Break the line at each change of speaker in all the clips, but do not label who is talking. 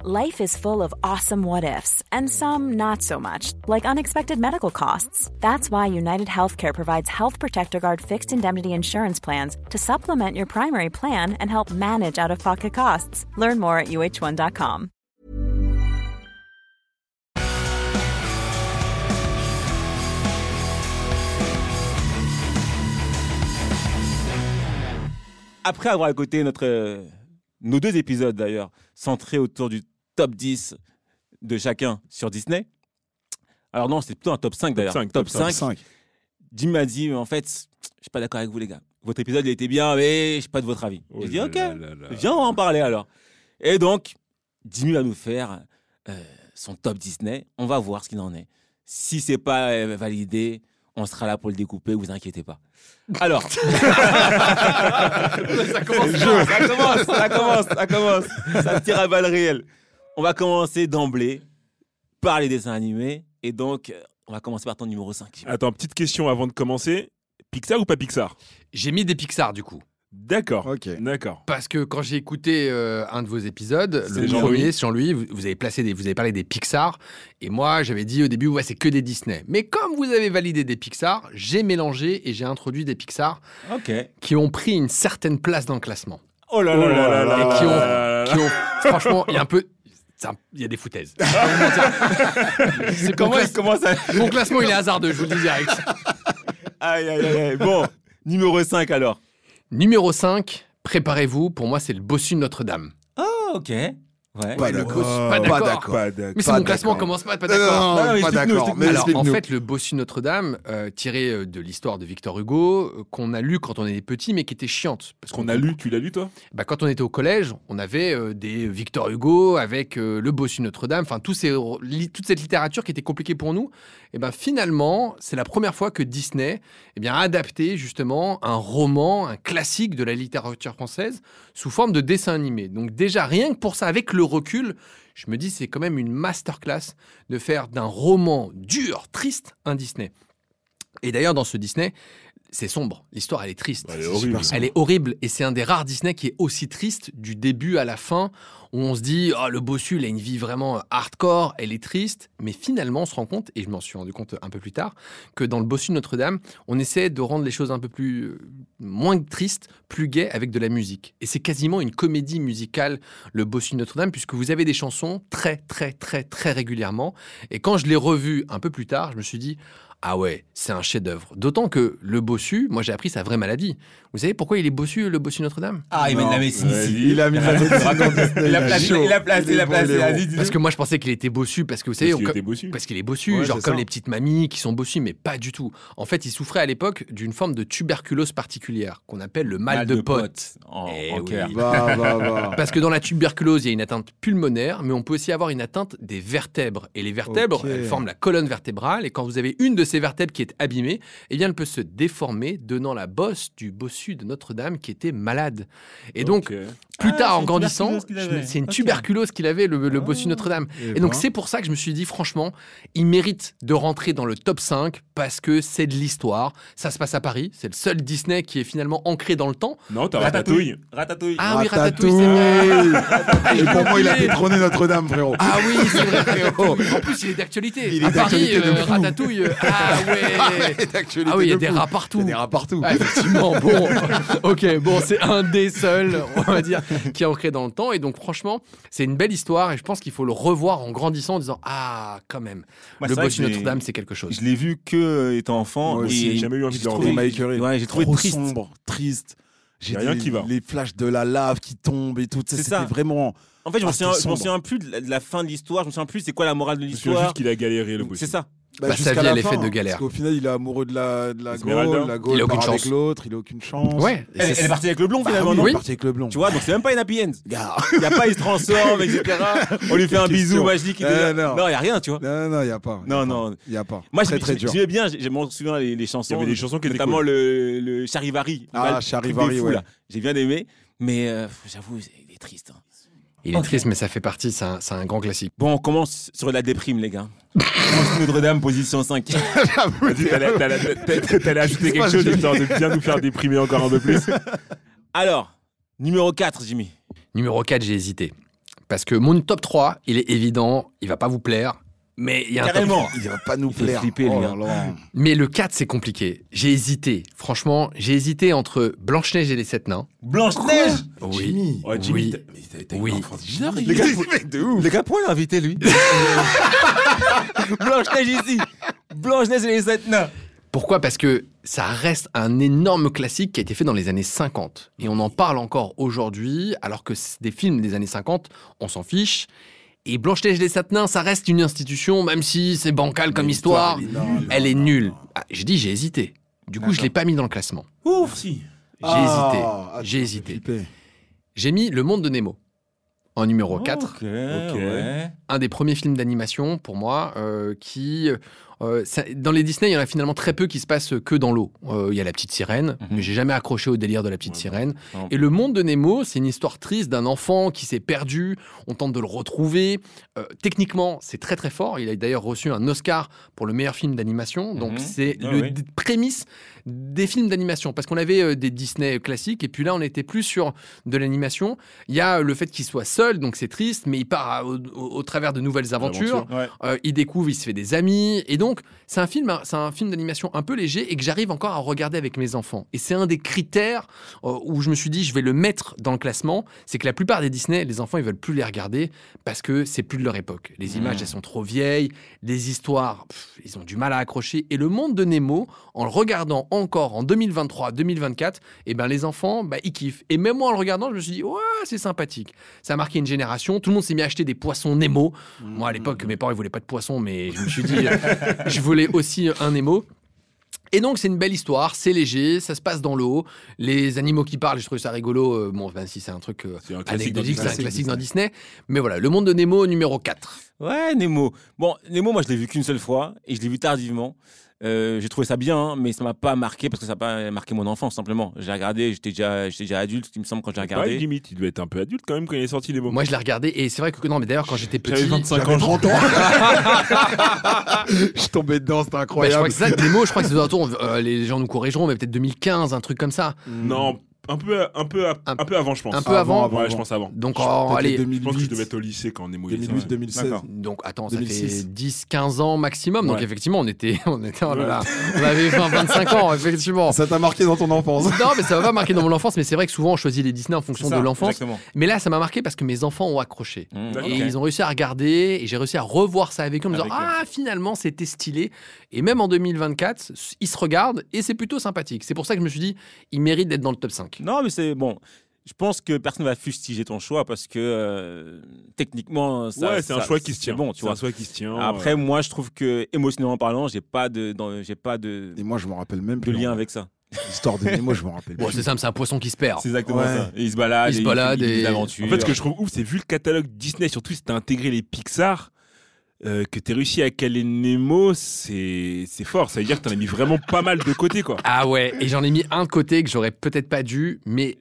Life is full of awesome what ifs, and some not so much, like unexpected medical costs. That's why United Healthcare provides Health Protector Guard fixed indemnity insurance plans to supplement your primary plan and help manage out of pocket costs. Learn more at uh1.com.
Après avoir écouté notre, euh, nos deux épisodes d'ailleurs, centrés autour du top 10 de chacun sur Disney, alors non, c'était plutôt un top 5 d'ailleurs.
cinq,
Top,
top
5. Jim m'a dit, en fait, je suis pas d'accord avec vous les gars. Votre épisode, il était bien, mais je suis pas de votre avis. J'ai dit, ok, Viens, on va en parler alors. Et donc, Jimmy va nous faire euh, son top Disney. On va voir ce qu'il en est. Si c'est pas euh, validé, on sera là pour le découper, vous inquiétez pas. Alors. ça, commence, ça commence, ça commence, ça commence. Ça tire à balles réelles. On va commencer d'emblée par les dessins animés. Et donc, euh, on va commencer par ton numéro 5.
Attends, petite question avant de commencer. Pixar ou pas Pixar
J'ai mis des Pixar du coup.
D'accord.
Ok.
D'accord.
Parce que quand j'ai écouté euh, un de vos épisodes,
C'est
le
Jean-Louis.
premier, Jean-Louis, vous, vous avez placé des, vous avez parlé des Pixar, et moi j'avais dit au début, ouais, c'est que des Disney. Mais comme vous avez validé des Pixar, j'ai mélangé et j'ai introduit des Pixar
Ok.
qui ont pris une certaine place dans le classement.
Oh là
Oh
là
là
là là
là
là
qui ont-
Ah.
là là là.
Qui ont- franchement, il y a un peu. c'est un- Il y a des foutaises. Je vais vous mentir. C'est
Comment, comment
comment
ça
Mon classement, il est hasardeux, je vous le dis direct.
Aïe, aïe, aïe. aïe. Bon, numéro 5 alors.
Numéro 5, préparez-vous, pour moi, c'est le bossu de Notre-Dame.
Ah, ok. Ouais.
Pas
le
d'accord.
gosse, pas
Pas
d'accord.
d'accord.
Pas d'accord.
Mais c'est
Pas
mon classement,
d'accord.
commence pas, pas
Non,
d'accord.
non,
Ah non, mais
pas
explique-nous,
d'accord. Mais
Alors, en
explique-nous.
fait, le bossu Notre-Dame, euh, tiré euh, de l'histoire de Victor Hugo, euh, qu'on a lu quand on était petit, mais qui était chiante. Parce
Qu'on a lu, tu l'as lu toi
bah, Quand on était au collège, on avait euh, des Victor Hugo avec euh, le bossu Notre-Dame, enfin, tous ces, li- toute cette littérature qui était compliquée pour nous. Et ben finalement, c'est la première fois que Disney eh bien, a adapté justement un roman, un classique de la littérature française, sous forme de dessin animé. Donc, déjà, rien que pour ça, avec le recul, je me dis, c'est quand même une masterclass de faire d'un roman dur, triste, un Disney. Et d'ailleurs, dans ce Disney, c'est sombre. L'histoire, elle est triste.
Elle est horrible.
Elle est horrible et c'est un des rares Disney qui est aussi triste du début à la fin où on se dit oh, le bossu il a une vie vraiment euh, hardcore, elle est triste, mais finalement on se rend compte et je m'en suis rendu compte un peu plus tard que dans le bossu Notre-Dame, on essaie de rendre les choses un peu plus euh, moins tristes, plus gaies avec de la musique. Et c'est quasiment une comédie musicale le bossu Notre-Dame puisque vous avez des chansons très très très très régulièrement et quand je l'ai revu un peu plus tard, je me suis dit ah ouais, c'est un chef-d'œuvre. D'autant que le bossu, moi j'ai appris sa vraie maladie. Vous savez pourquoi il est bossu, le bossu Notre-Dame
Ah, il met de la
Non,
médecine
vas-y.
ici.
Il a mis la
Il a placé, il a placé, il a placé. Vas-y, dis-nous.
Parce que moi je pensais qu'il était bossu parce que vous savez,
Parce qu'il
on-
était bossu.
parce qu'il est bossu,
Ouais,
genre
c'est
comme
ça.
les petites mamies qui sont bossues, mais pas du tout. En fait, il souffrait à l'époque d'une forme de tuberculose particulière qu'on appelle le mal, de, pote.
En,
Eh
en
oui.
cœur.
Va, va, va.
Parce que dans la tuberculose, il y a une atteinte pulmonaire, mais on peut aussi avoir une atteinte des vertèbres. Et les vertèbres,
Ok.
elles forment la colonne vertébrale. Et quand vous avez une de ces vertèbres qui est abîmée, eh bien, elle peut se déformer, donnant la bosse du bossu de Notre-Dame qui était malade. Et donc, euh,
Ok.
plus
Ah,
tard,
c'est
en
une
grandissant,
tuberculose qu'il
je me-
avait.
c'est une
Ok.
tuberculose qu'il avait, le, le
Ah.
bossu Notre-Dame. Et
ben.
donc c'est pour ça que je me suis dit franchement, il mérite de rentrer dans le top 5 parce que c'est de l'histoire, ça se passe à Paris, c'est le seul Disney qui est finalement ancré dans le temps.
Non, t'as ratatouille.
Ratatouille.
Ah oui, Ratatouille,
Ratatouille.
c'est
Et pour moi, il a détrôné Notre-Dame, frérot.
Ah oui, c'est vrai frérot. En plus, il est d'actualité.
Oh. Il est
à Paris,
d'actualité de
euh,
fou.
Ratatouille. euh, Ah ouais. Ah oui, il y a des rats
Il y
partout.
a des rats partout.
Ah, effectivement, bon, ok, bon, c'est un des seuls, on va dire, qui est ancré dans le temps. Et donc, franchement, c'est une belle histoire. Et je pense qu'il faut le revoir en grandissant en disant Ah, quand même,
Moi,
le
c'est vrai
bossu
que j'ai-
Notre-Dame, c'est quelque chose.
Je l'ai vu que euh, étant enfant.
Moi
et
aussi,
J'ai jamais eu envie de
j'ai
le
trouvé
revoir.
Michael Ray.
Ouais, j'ai trouvé
Trop
triste.
sombre, triste. J'ai
Y a rien
des-
qui va.
Les flashs de la lave qui tombe et tout. tu sais,
C'est
C'était
ça.
vraiment.
En fait, je m'en
Ah, c'était
souviens, je m'en
sombre.
souviens plus de la, de la fin de l'histoire. Je me souviens plus c'est quoi la morale de
Je me souviens
l'histoire.
juste qu'il a galéré le bossu.
C'est ça.
Bah, sa
jusqu'à
vie,
la
elle est
fin,
faite de galère.
Parce qu'au final, il est amoureux de la, de la
Esmeralda.
Gaule, la Gaule
Il a
part
aucune
avec
chance.
l'autre, il a aucune chance.
Ouais, et
Elle,
c'est-
elle est partie avec le blond
Bah
finalement.
oui,
non
il
Oui.
est parti avec le blond.
Tu vois, donc c'est même pas une happy end.
Gars.
Il y a pas, il se transforme, etc. On lui fait un
Quelle
bisou
question.
magique. il
Non,
devient-
non, non.
Non, il y a rien, tu vois.
Non, non, il n'y a pas.
Non, non.
Il n'y a pas.
Moi,
très,
j'ai-
très
j'ai-
dur.
j'aimais bien, j'ai- je m'en souviens les, les chansons.
Il y avait des chansons qui étaient
Notamment
cool.
le, le Charivari.
Ah,
Le truc des
Charivari,
fous,
ouais.
là. J'ai bien aimé, mais euh, j'avoue, il est triste. hein.
il est triste, mais ça fait partie, c'est un, c'est un grand classique.
Bon, on commence sur la déprime, les gars. On commence Notre-Dame, position 5.
Vas-y, t'allais- t'allais- t'allais t'allais ajouter quelque
Excuse-moi,
chose
j'ai-
histoire de bien nous faire déprimer encore un peu plus.
Alors, numéro 4, Jimmy.
Numéro 4, j'ai hésité. Parce que mon top 3, il est évident, il va pas vous plaire. Mais il y a un top
Carrément.
oh, Il va pas nous
Il fait
plaire.
flipper, lui,
Oh
hein.
là là.
Mais le 4, c'est compliqué. J'ai hésité. Franchement, j'ai hésité entre Blanche-Neige et les Sept Nains.
Blanche-Neige
Oui.
Oh, Jimmy,
Oui.
t'as- mais t'as- t'as
Oui.
une enfance bizarre,
Les
il-
gars, faut- les gars, pourquoi il a invité lui Blanche-Neige ici Blanche-Neige et les sept nains
Pourquoi Parce que ça reste un énorme classique qui a été fait dans les années 50. Et on en parle encore aujourd'hui, alors que c'est des films des années 50, on s'en fiche. Et Blanche-Neige et les Sept Nains, ça reste une institution, même si c'est bancal comme histoire. Elle est nulle. Ah, j'ai dit, j'ai hésité. Du coup, je l'ai pas mis dans le classement.
Ouf si
J'ai hésité.
Ah,
J'ai
ah,
hésité.
flipper.
J'ai mis Le Monde de Nemo en numéro
Oh,
4.
Oh, Ok, ouais.
un des premiers films d'animation pour moi euh, qui euh, ça- dans les Disney il y en a finalement très peu qui se passent que dans l'eau Euh, il y a la petite sirène
Mhm.
mais j'ai jamais accroché au délire de la petite
Ouais,
sirène
non.
et le monde de Nemo c'est une histoire triste d'un enfant qui s'est perdu on tente de le retrouver Euh, techniquement c'est très très fort il a d'ailleurs reçu un Oscar pour le meilleur film d'animation donc
Mhm.
c'est
Ah
le
oui.
d- prémisse des films d'animation parce qu'on avait euh, des Disney classiques et puis là on était plus sur de l'animation il y a euh, le fait qu'il soit seul, donc c'est triste, mais il part à- au, au- au travers de nouvelles aventures.
Ouais.
Euh, il découvre, il se fait des amis, et donc c'est un film, hein, c'est un film d'animation un peu léger et que j'arrive encore à regarder avec mes enfants. Et c'est un des critères euh, où je me suis dit je vais le mettre dans le classement, c'est que la plupart des Disney, les enfants ils veulent plus les regarder parce que c'est plus de leur époque. Les images
Mmh.
elles sont trop vieilles, les histoires pff, ils ont du mal à accrocher. Et le monde de Nemo, en le regardant encore en 2023-2024, et ben les enfants bah, ils kiffent. Et même moi en le regardant je me suis dit ouais c'est sympathique. Ça a marqué une génération. Tout le monde s'est mis à acheter des poissons Nemo. Moi, à l'époque, mes parents, ils voulaient pas de poisson, mais je me suis dit, euh, je voulais aussi un émo. Et donc, c'est une belle histoire, c'est léger, ça se passe dans l'eau. Les animaux qui parlent, je trouve ça rigolo. euh, Bon, ben, si c'est un truc euh,
C'est un classique dans
anecdotique, c'est un
Disney.
classique dans Disney. Mais voilà, Le Monde de Nemo, numéro 4.
Ouais, Nemo. Bon, Nemo, moi, je l'ai vu qu'une seule fois et je l'ai vu tardivement. Euh, j'ai trouvé ça bien, hein, mais ça m'a pas marqué parce que ça n'a pas marqué mon enfance, simplement. J'ai regardé, j'étais déjà, j'étais déjà adulte, il me semble, quand j'ai
Pareil,
regardé.
Bah, limite, il devait être un peu adulte quand même quand il est sorti les mots.
Moi, je l'ai regardé, et c'est vrai que non, mais d'ailleurs, quand j'étais petit.
J'avais 25
J'avais
ans.
30 ans. je tombais dedans, c'était
bah, je crois
incroyable.
que c'est ça, Nemo, je crois que c'est autour, euh, les gens nous corrigeront, mais peut-être 2015, un truc comme ça.
Mm.
Non, un peu, un peu, un,
Un-
peu avant, je pense.
un peu avant.
Ouais, je pense avant.
Donc,
Je-
en-
peut-être
allez,
les
Je pense que je
2008,
devais être au lycée quand Nemo
2008, 2016.
D'accord.
Donc attends, ça
2006.
fait 10 15 ans maximum. Donc
Ouais.
effectivement, on était on était oh là là, on avait 20 25 ans effectivement.
Oh, Ça t'a marqué dans ton enfance.
Non, mais ça m'a pas marqué dans mon enfance, mais c'est vrai que souvent on choisit les Disney en fonction de l'enfance.
Exactement.
Mais là, ça m'a marqué parce que mes enfants ont accroché.
Mmh,
D'accord.
Et
ok.
ils ont réussi à regarder, et j'ai réussi à revoir ça avec eux en me disant
Avec eux.
Ah, finalement, c'était stylé. Et même en 2024, ils se regardent, et c'est plutôt sympathique. C'est pour ça que je me suis dit Ils méritent d'être dans le top 5.
Non, mais c'est bon. Je pense que personne ne va fustiger ton choix parce que euh, techniquement, ça,
ouais, c'est un
ça-
choix qui se
c'est
tient.
Bon, tu
C'est un
vois.
choix qui se tient.
Après, moi, je trouve que émotionnellement parlant, j'ai pas de, dans- j'ai pas de,
Et moi, je me rappelle même
de
plus. hein.
lien avec ça.
L'histoire de Nemo, je me rappelle
Bon,
plus.
c'est simple, c'est un poisson qui se perd.
C'est exactement
Ouais.
ça. Et ils se baladent,
Ils se
et
baladent
ils, vivent
et-
des aventures.
En fait, ce que je trouve ouf, c'est vu le catalogue Disney, surtout si t'as intégré les Pixar, euh, que t'es réussi à caler Nemo, c'est c'est fort. Ça veut dire que t'en as mis vraiment pas mal de côté, quoi.
Ah ouais, et j'en ai mis un de côté que j'aurais peut-être pas dû, mais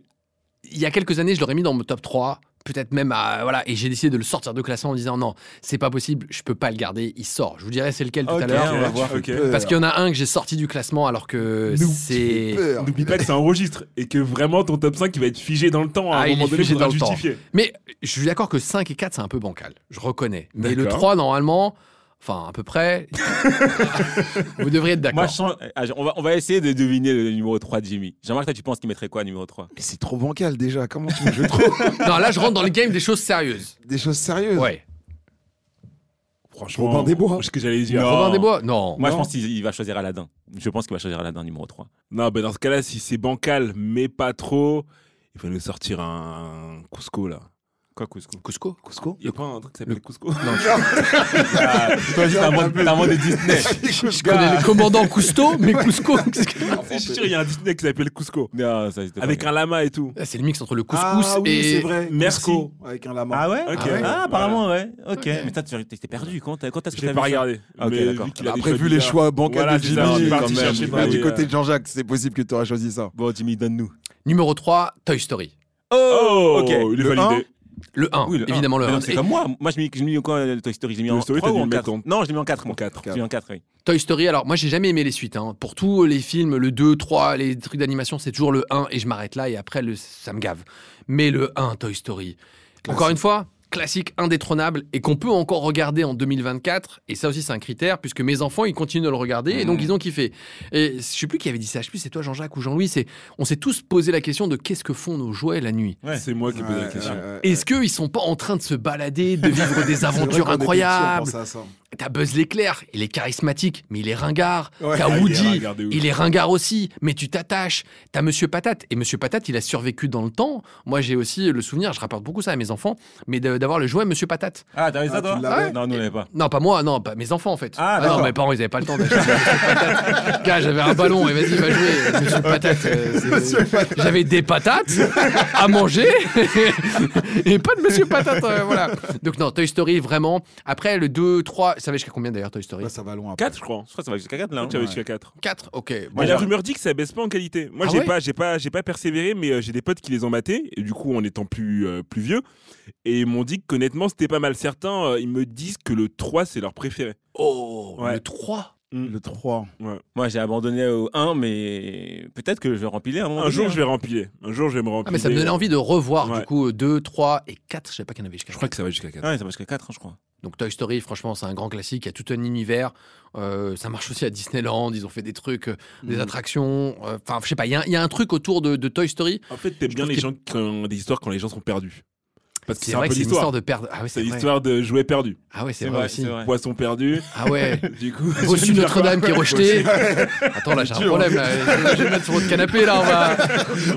il y a quelques années, je l'aurais mis dans mon top 3, peut-être même à. Voilà, et j'ai décidé de le sortir de classement en disant non, c'est pas possible, je peux pas le garder, il sort. Je vous dirai c'est lequel tout à
Ok,
l'heure.
on va voir.
Ok.
Parce qu'il y en a un que j'ai sorti du classement alors que
Nous,
c'est.
peur.
N'oublie pas que ça enregistre et que vraiment ton top 5 il va être figé dans le temps. À
Ah,
un
il
moment
est
donné,
figé
faudra
dans le temps.
justifier.
Mais je suis d'accord que 5 et 4, c'est un peu bancal, je reconnais. Mais le
D'accord.
3, normalement, enfin, à peu près, vous devriez être
Moi,
d'accord.
je sens- Ah, je- on, va, on va essayer de deviner le numéro 3 de Jimmy. J'aimerais que toi, tu penses qu'il mettrait quoi, numéro 3
Mais c'est trop bancal déjà. Comment tu veux que je trouve
Non, là, je rentre dans le game des choses sérieuses.
des choses
Euh,
sérieuses
Ouais.
Franchement,
Robin des Bois.
C'est ce que j'allais dire.
Non.
Robin des Bois Non.
Moi, je
Non.
pense qu'il il va choisir Aladdin. Je pense qu'il va choisir Aladdin numéro 3.
Non, ben dans ce cas-là, si c'est bancal, mais pas trop, il va nous sortir un Cusco là.
Quoi, Cusco
Cusco
Cusco
Il y a pas un truc qui s'appelle Cusco
ah, Toi, juste un mode un mode de Disney.
Je connais le commandant Cousteau, mais Cusco. qu'est-ce que-
C'est sûr, il y a un Disney qui s'appelle Cusco.
Non, ça, c'était pas
Avec
bien.
un lama et tout.
Ah, C'est le mix entre le couscous
Ah oui,
et.
c'est vrai.
merci.
Cusco, Avec un lama.
Ah ouais
Ok.
Ah, ouais. Ah, apparemment, ouais. Ok. Mais toi, tu t'es perdu. Quand t'as quand est-ce
Je
que t'as
l'ai
vu
pas
ça
regardé.
Ah, ok,
mais
d'accord.
vu qu'il a des
Après, vu les
bizarres-
choix bancals
Voilà,
de
c'est ça, on est
Jimmy,
parti
quand même,
chercher
du
plus, euh,
côté de Jean-Jacques, c'est possible que tu aurais choisi ça.
Bon, Jimmy, donne-nous.
Numéro 3, Toy Story.
Oh,
ok.
il est
Le
validé.
Le 1,
Oui, le un.
évidemment le
Mais
1.
non, C'est comme moi. Moi, je l'ai mis- je l'ai mis en quoi le Toy Story Je l'ai mis
Toy
en
Story,
3
t'as
ou
dû
en
le mettre
4
en-
Non, je l'ai mis en 4.
En quatre.
Je l'ai mis en 4, oui.
Toy Story, alors moi j'ai jamais aimé les suites. hein. Pour tous les films, le 2, 3, les trucs d'animation, c'est toujours le 1 et je m'arrête là et après le... ça me gave. Mais le 1, Toy Story. Encore une fois, classique indétrônable et qu'on peut encore regarder en 2024. Et ça aussi, c'est un critère, puisque mes enfants, ils continuent de le regarder et donc ils ont kiffé. Et je sais plus qui avait dit ça, je sais plus c'est toi Jean-Jacques ou Jean-Louis, c'est on s'est tous posé la question de qu'est-ce que font nos jouets la nuit.
Ouais. C'est moi qui ai posé la question.
Est-ce qu'ils sont pas en train de se balader, de vivre des aventures incroyables T'as Buzz l'éclair, il est charismatique, mais il est ringard.
Ouais,
T'as
Ah, il est
Woody,
ringard de ouf.
il est ringard aussi, mais tu t'attaches. T'as Monsieur Patate, et Monsieur Patate, il a survécu dans le temps. Moi, j'ai aussi le souvenir, je rapporte beaucoup ça à mes enfants, mais de- d'avoir le jouet Monsieur Patate.
Ah, t'avais
Ah,
ça, toi
tu l'avais
Non, nous, on l'avait pas.
Non, pas moi, non, pas mes enfants en fait.
Ah,
non,
d'accord.
mes parents, ils avaient pas le temps d'acheter Monsieur Patate. Gars, j'avais un ballon, et vas-y, va jouer. Monsieur Patate, euh, c'est- j'avais des patates à manger et pas de Monsieur Patate. euh, voilà. Donc, non, Toy Story, vraiment. Après, le 2, 3, ça va jusqu'à combien d'ailleurs, Toy Story
Là, ça va loin. après.
4, je crois.
Je crois que ça va jusqu'à 4 là. hein.
Tu avais jusqu'à 4.
4, ok.
Mais
bon,
la
bah,
rumeur dit que ça baisse pas en qualité. Moi,
Ah
j'ai
ouais
pas, j'ai pas, j'ai pas persévéré, mais euh, j'ai des potes qui les ont matés. Et du coup, en étant plus, euh, plus vieux, et ils m'ont dit qu'honnêtement, c'était pas mal. Certains, euh, ils me disent que le 3, c'est leur préféré.
Oh,
Ouais.
le 3
Le 3.
Moi, j'ai abandonné au 1, mais peut-être que je vais rempiler à hein. un moment.
Un jour, je vais rempiler. Un jour, je vais me rempiler.
Ah, mais ça me donnait envie de revoir
Ouais.
du coup 2, 3 et 4. Je savais pas qu'il y en avait
Je
jusqu'à quatre.
crois que ça va jusqu'à 4.
Ouais, ça va jusqu'à 4, je crois.
Donc Toy Story, franchement, c'est un grand classique. Il y a tout un univers. Euh, ça marche aussi à Disneyland. Ils ont fait des trucs, euh, des
Mhm.
attractions. Euh, Enfin, je sais pas, il y, a- il y a un truc autour de, de Toy Story.
En fait, t'aimes
Je
bien
trouve
les
que-
gens qui ont des histoires quand les gens sont perdus. Parce que
C'est
c'est un
vrai
peu
que c'est une histoire
l'histoire.
de perdre. Ah ouais,
C'est
c'est vrai.
l'histoire de jouer perdu.
Ah ouais, c'est vrai, aussi.
Poisson perdu.
Ah ouais.
Du coup,
Bossu Notre-Dame qui est rejeté. Attends, là, j'ai un
Dur.
problème. Là. Je vais me mettre sur votre canapé, là. On va,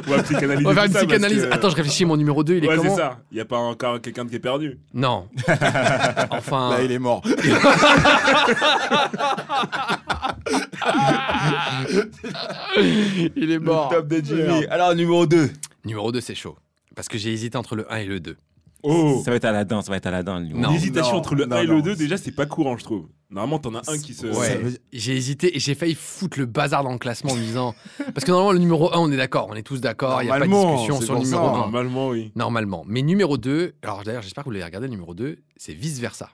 on va psychanalyser
on va faire
tout ça
une
parce
psychanalyse.
que-
Attends, je réfléchis. Mon numéro 2, il est
Ouais, c'est
comment
ça. Il n'y a pas encore quelqu'un qui est perdu.
Non. Enfin.
Là, il est mort.
il est
Oh.
mort.
de Oh,
hein.
Alors, numéro 2.
Numéro 2, c'est chaud. Parce que j'ai hésité entre le 1 et le 2.
Oh
Ça va être Aladdin, ça va être Aladdin, le numéro
Non.
deux.
L'hésitation
Non,
entre le
non,
1 et
non.
le 2, déjà, c'est pas courant, je trouve. Normalement, t'en as un qui se.
Ouais.
Ça veut dire-
J'ai hésité et j'ai failli foutre le bazar dans le classement en me disant. Parce que normalement, le numéro 1, on est d'accord, on est tous d'accord, il n'y a pas de
Normalement,
discussion
c'est
sur le
pour
numéro
ça.
1.
Normalement, oui.
Normalement. Mais numéro 2, alors d'ailleurs, j'espère que vous l'avez regardé, le numéro 2, c'est vice versa.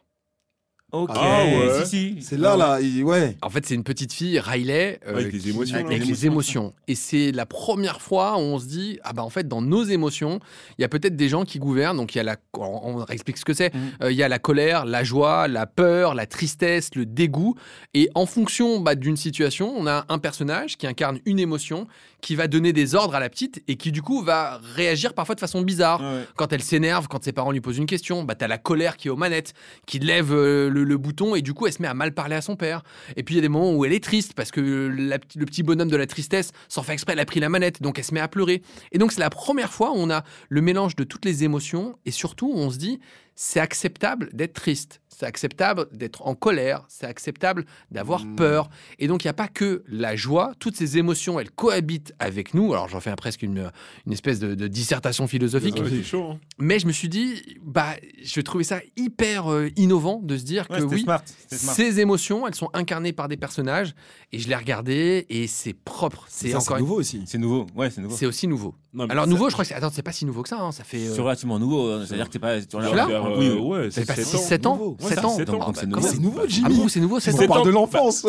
Ok.
Ah
ouais.
Si, Ah si.
C'est là, là. il- Ouais.
En fait, c'est une petite fille, Riley, euh,
Avec des
qui-
émotions,
avec
hein. Émotions.
les émotions. Et c'est la première fois où on se dit ah bah en fait dans nos émotions, il y a peut-être des gens qui gouvernent. Donc il y a la, on on explique ce que c'est.
Mhm.
Euh, il y a la colère, la joie, la peur, la tristesse, le dégoût. Et en fonction bah, d'une situation, on a un personnage qui incarne une émotion, qui va donner des ordres à la petite et qui du coup va réagir parfois de façon bizarre
Ouais.
quand elle s'énerve, quand ses parents lui posent une question, bah t'as la colère qui est aux manettes, qui lève euh, le, le bouton et du coup elle se met à mal parler à son père. Et puis il y a des moments où elle est triste parce que la p'ti- le petit bonhomme de la tristesse, sans faire exprès, elle a pris la manette, donc elle se met à pleurer. Et donc c'est la première fois où on a le mélange de toutes les émotions et surtout on se dit c'est acceptable d'être triste, c'est acceptable d'être en colère, c'est acceptable d'avoir
Mmh.
Mm.
peur. Et donc il n'y a pas que la joie, toutes ces émotions elles cohabitent avec nous. Alors j'en fais un- presque une, une espèce de- de dissertation philosophique.
Ah ouais, c'est chaud. hein.
Mais je me suis dit, bah, je trouvais ça hyper euh, innovant de se dire
Ouais,
que
c'était
oui,
smart. c'était smart.
ces émotions, elles sont incarnées par des personnages. Et je l'ai regardé et c'est propre. C'est
Ça,
encore.
nouveau aussi.
C'est nouveau. Ouais, c'est nouveau.
C'est aussi nouveau.
Non, mais
Alors
ça-
nouveau, je crois que c'est. Attends, c'est pas si nouveau que ça. hein, ça fait. euh,
C'est relativement nouveau. hein. C'est-à-dire que t'es pas. Tu
Celui-là
Vers, euh,
Oui, oui.
ouais,
ça fait
c'est
pas 6,
7 ans.
7 ans.
nouveau.
Ouais,
7
ça
ans.
fait sept
Non,
ans.
bah,
C'est
quand
nouveau.
même.
C'est nouveau,
Ah
Jimmy.
bon, c'est nouveau, 7
On
C'est
ans.
parle
ans.
de l'enfance.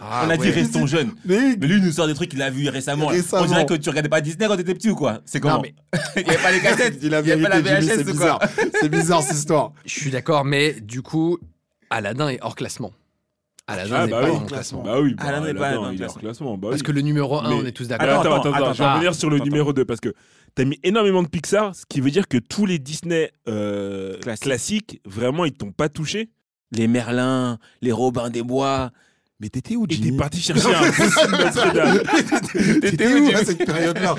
Ah,
on a dit
ouais.
restons jeunes.
Mais
Mais lui, il nous sort des trucs qu'il a vu récemment. là.
Récemment.
On dirait que tu regardais pas Disney quand t'étais petit ou quoi C'est comment
Non, mais
Il n'y avait pas les cassettes.
Il a
y avait pas la
vérité, Jimmy,
VHS
c'est
ou quoi
bizarre. C'est bizarre cette histoire.
je suis d'accord, mais du coup, Aladdin est hors classement. Aladdin
Ah,
n'est
bah
pas
oui.
dans le classement.
Bah oui, bah,
Ah, là, on est pas
là-dedans,
dans le
il est hors
classement.
classement. Bah
Parce
oui.
que le numéro 1,
Mais-
on est tous d'accord.
Attends, attends, attends,
Attends,
je vais
attends.
revenir sur le
Attends.
numéro 2 parce que t'as mis énormément de Pixar, ce qui veut dire que tous les Disney euh,
Classique.
classiques, vraiment, ils t'ont pas touché.
Les Merlins, les Robins des Bois.
Mais t'étais où,
Et t'es
Jimmy
parti chercher un possible Notre-Dame.
T'étais où à cette période-là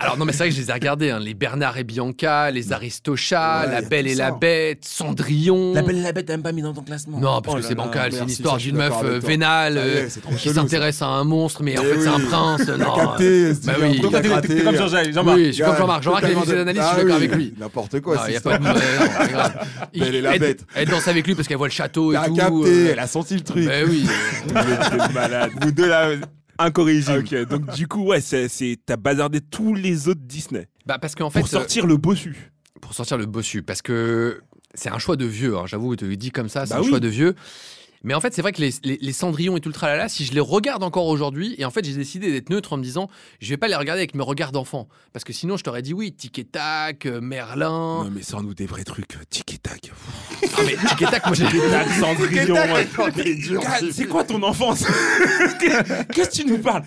Alors non, mais c'est vrai que je les ai regardés, hein, les Bernard et Bianca, les Aristochats,
Ouais,
La
y a
Belle
tout
et
ça.
la Bête, Cendrillon.
La Belle et la Bête, t'as même pas mis dans ton classement.
Non, parce
Oh là
que c'est
là.
bancal, c'est une
merci,
histoire
ça, je suis
d'une meuf
d'accord avec
euh,
toi.
vénale
Ça y
euh,
est, C'est trop
qui
chelou. ça.
s'intéresse à un monstre, mais en
Eh
fait c'est un
oui.
prince.
T'as
non.
capté, c'est
Bah
un
oui.
truc
Donc toi,
à
t'es- t'es-
gratter.
t'es comme Jean-Jacques. Jean-Marc.
Oui, je suis comme Jean-Marc. Jean-Marc, il a
Totalement
fait ses
de-
analyses, je
Ah
suis d'accord
oui,
avec lui.
N'importe
Non,
quoi. c'est
y a
ça.
pas de- non, c'est grave. Il-
Belle et la
elle-
Bête.
Elle danse avec lui parce qu'elle voit le château et
T'as
tout.
capté,
euh,
elle a senti le truc.
bah oui.
T'es malade.
Vous deux là,
Bah,
incorrigibles.
Ok, donc du coup, ouais, c'est- c'est- t'as bazardé tous les autres Disney
Bah parce qu'en fait,
pour sortir le bossu.
euh, pour sortir le bossu, parce que c'est un choix de vieux. hein, J'avoue, tu le dis comme ça, c'est
Bah
un
oui.
choix de vieux. Mais en fait, c'est vrai que les, les- les Cendrillon et tout le tralala, si je les regarde encore aujourd'hui, et en fait, j'ai décidé d'être neutre en me disant, je vais pas les regarder avec mes regards d'enfant. Parce que sinon, je t'aurais dit oui, Tic et Tac, euh, Merlin.
Non, mais sors-nous des vrais trucs. Tic et tac.
Ah, mais Tic et Tac, moi, j'ai.
Tac, Cendrillon.
C'est dur,
Cal-
c'est-
C'est quoi ton enfance Qu'est-ce que tu nous parles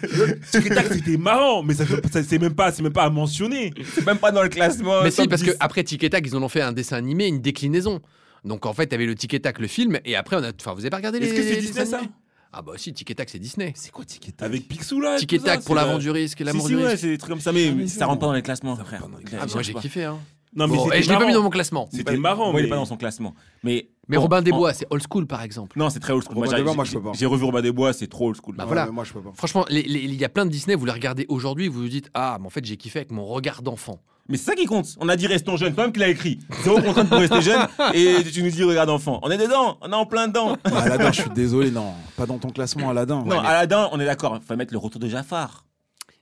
Tic et tac, c'était marrant, mais ça, fait- ça- c'est même pas, c'est même pas à mentionner. C'est même pas dans le classement.
Mais si, parce que après Tic et Tac, ils en ont fait un dessin animé, une déclinaison. Donc en fait, t'avais le Tic et Tac, le film, et après, on a. Enfin, vous avez pas regardé les.
Est-ce que c'est
les
Disney
dessins
ça
animés Ah, bah si, Tic et Tac, c'est Disney.
C'est quoi Tic et Tac
Avec Picsou là.
Tic et
tout ça,
Tac pour
c'est
l'avant
la-
du risque,
Si, si,
l'amour du
ouais,
risque.
c'est des trucs comme ça, mais,
Ah, mais
ça rentre pas dans les classements,
rentre
frère.
pas dans les
Ah,
classements.
bah, moi, j'ai kiffé, hein.
Non, mais
Bon,
c'était
et je l'ai pas mis dans
marrant.
mon classement.
C'était marrant.
Moi, il est
mais-
pas dans son classement. Mais,
Mais
bon,
Robin des
en-
Bois, c'est old school, par exemple.
Non, c'est très old school.
Robin
Moi,
des
j'ai-
Bois, moi, je
j'ai
peux pas.
j'ai revu Robin des Bois, c'est trop old school.
Bah,
Ouais,
voilà.
mais Moi, je peux pas.
Franchement, les- les- il y a plein de Disney, vous les regardez aujourd'hui, vous vous dites Ah, mais en fait, j'ai kiffé avec mon regard d'enfant.
Mais c'est ça qui compte. On a dit restons jeunes, toi-même qui l'as écrit. C'est au contraire pour rester jeune et tu nous dis regarde enfant. On est dedans, on est en plein dedans.
Bah, Aladdin, je suis désolé, non. Pas dans ton classement, Aladdin.
non, Aladdin, on est d'accord, faut mettre le retour de Jafar.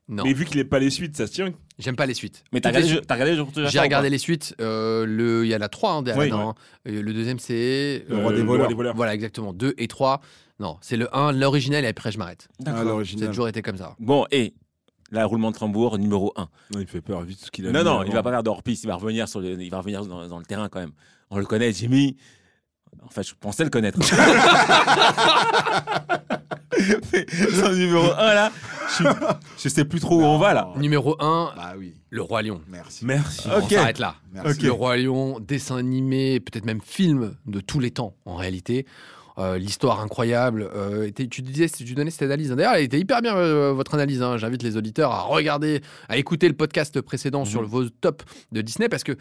Non,
Mais vu qu'il est pas les suites, ça se tient.
j'aime pas les suites.
Mais t'as
Toutes les
regardé,
suites.
le- t'as regardé le retour de Jafar
J'ai
ou
regardé
pas
les suites. euh, le- Il y en a trois, hein, des
Oui,
Aladdin, hein. Euh, Le deuxième, c'est.
roi
Euh,
des voleurs.
Voilà, exactement. 2 et 3. Non, c'est le 1, l'original, et après je m'arrête.
à
D'accord.
Ça a
l'original.
toujours été comme ça.
Bon, et la roulement de tambour numéro 1.
Non, il fait peur vite ce qu'il a
Non,
mis
non,
avant.
il va pas faire de hors-piste, il va revenir, sur le, il va revenir dans, dans le terrain quand même. On le connaît, Jimmy. En fait, je pensais le connaître. Mais Son numéro 1, là, je, je sais plus trop où on va, là.
Numéro 1,
Bah oui,
Le Roi Lion.
merci.
Merci.
Euh,
On s'arrête là.
Merci.
Le Roi Lion, dessin animé, peut-être même film de tous les temps en réalité. Euh, L'histoire incroyable. Euh, et t'es- tu disais, tu donnais cette analyse. hein. D'ailleurs, elle était hyper bien euh, votre analyse. hein. J'invite les auditeurs à regarder, à écouter le podcast précédent sur le- vos tops de Disney parce que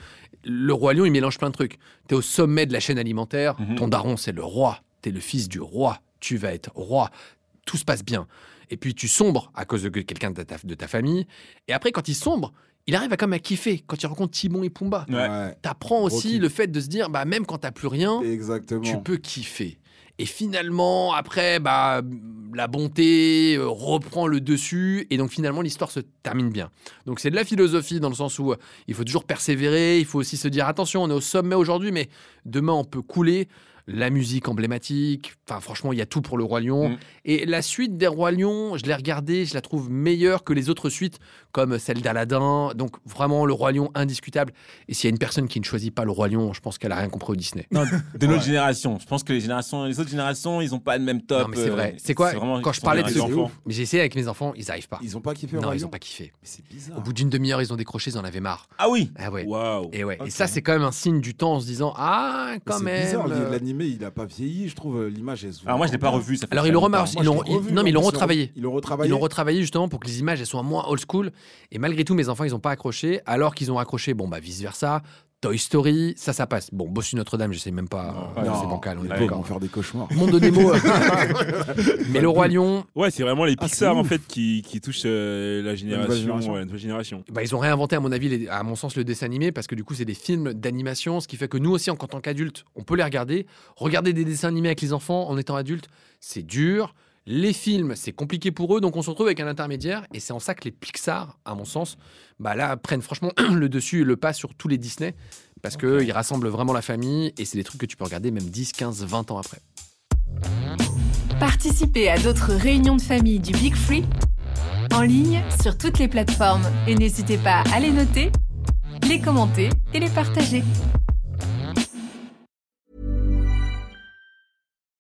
le roi lion, il mélange plein de trucs. T'es au sommet de la chaîne alimentaire.
Mhm.
Ton daron, c'est le roi. T'es le fils du roi. Tu vas être roi. Tout se passe bien. Et puis tu sombres à cause de que- quelqu'un de ta, de ta famille. Et après, quand il sombre, il arrive à comme à kiffer quand il rencontre Timon et Pumba.
Ouais.
Ouais,
T'apprends
Gros
aussi
kiff.
le fait de se dire, bah même quand t'as plus rien,
exactement.
tu peux kiffer. Et finalement, après, bah, la bonté euh, reprend le dessus, et donc finalement, l'histoire se termine bien. Donc c'est de la philosophie, dans le sens où euh, il faut toujours persévérer, il faut aussi se dire, attention, on est au sommet aujourd'hui, mais demain, on peut couler. La musique emblématique, enfin franchement, il y a tout pour le Roi Lion.
Mm.
Et la suite des Rois Lions, je l'ai regardée, je la trouve meilleure que les autres suites, comme celle d'Aladin. Donc vraiment, le Roi Lion indiscutable. Et s'il y a une personne qui ne choisit pas le Roi Lion, je pense qu'elle a rien compris au Disney.
Non, de notre
Ouais.
génération. Je pense que les, générations, les autres générations, ils ont pas le même top.
Non, mais c'est
euh,
vrai. C'est quoi,
vraiment-
quand je
sont
parlais
des
de ce-
enfants.
Mais j'ai essayé avec mes enfants, ils arrivent pas.
Ils ont pas kiffé
non, ils
Orion
ont pas kiffé.
Mais c'est
Au
bizarre. Oh,
bout d'une demi-heure, ils ont décroché, ils en avaient marre.
Ah oui
Ah ouais.
Waouh.
Et ouais.
Ok.
Et ça, c'est quand même un signe du temps en se disant ah
Mais
quand
c'est
même.
bizarre,
euh.
l'animé, il a pas vieilli, je trouve. euh, L'image, elle se voit
Alors moi, je l'ai pas
encore.
revu. Ça fait
Alors
très
ils le
longtemps.
remarquent,
Moi,
ils
je
l'ont,
l'ai revu,
ils- non mais ils
en
l'ont
plus,
retravaillé.
Ils l'ont retravaillé.
Ils l'ont retravaillé justement pour que les images elles soient moins old school. Et malgré tout, mes enfants, ils ont pas accroché. Alors qu'ils ont accroché, bon bah vice versa. Toy Story, ça, ça passe. Bon, Bossu Notre-Dame, je sais même pas. euh,
Non,
c'est bancal, on est
les pauvres
d'accord.
vont faire des cauchemars.
Monde de Nemo. euh. mais le Roi Lion,
Ouais, c'est vraiment les
Ah, c'est
Pixar en
ouf.
fait qui, qui touchent euh, la génération,
génération.
ouais, la nouvelle génération.
Bah, ils ont réinventé, à mon avis, les- à mon sens, le dessin animé parce que du coup, c'est des films d'animation, ce qui fait que nous aussi, en en tant qu'adultes, on peut les regarder. Regarder des dessins animés avec les enfants en étant adulte, c'est dur. Les films, c'est compliqué pour eux, donc on se retrouve avec un intermédiaire. Et c'est en ça que les Pixar, à mon sens, bah là, prennent franchement le dessus et le pas sur tous les Disney parce que qu'ils rassemblent vraiment la famille et c'est des trucs que tu peux regarder même 10, 15, 20 ans après.
Participez à d'autres réunions de famille du Big Free en ligne sur toutes les plateformes et n'hésitez pas à les noter, les commenter et les partager.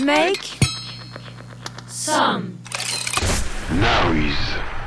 Make
Noise.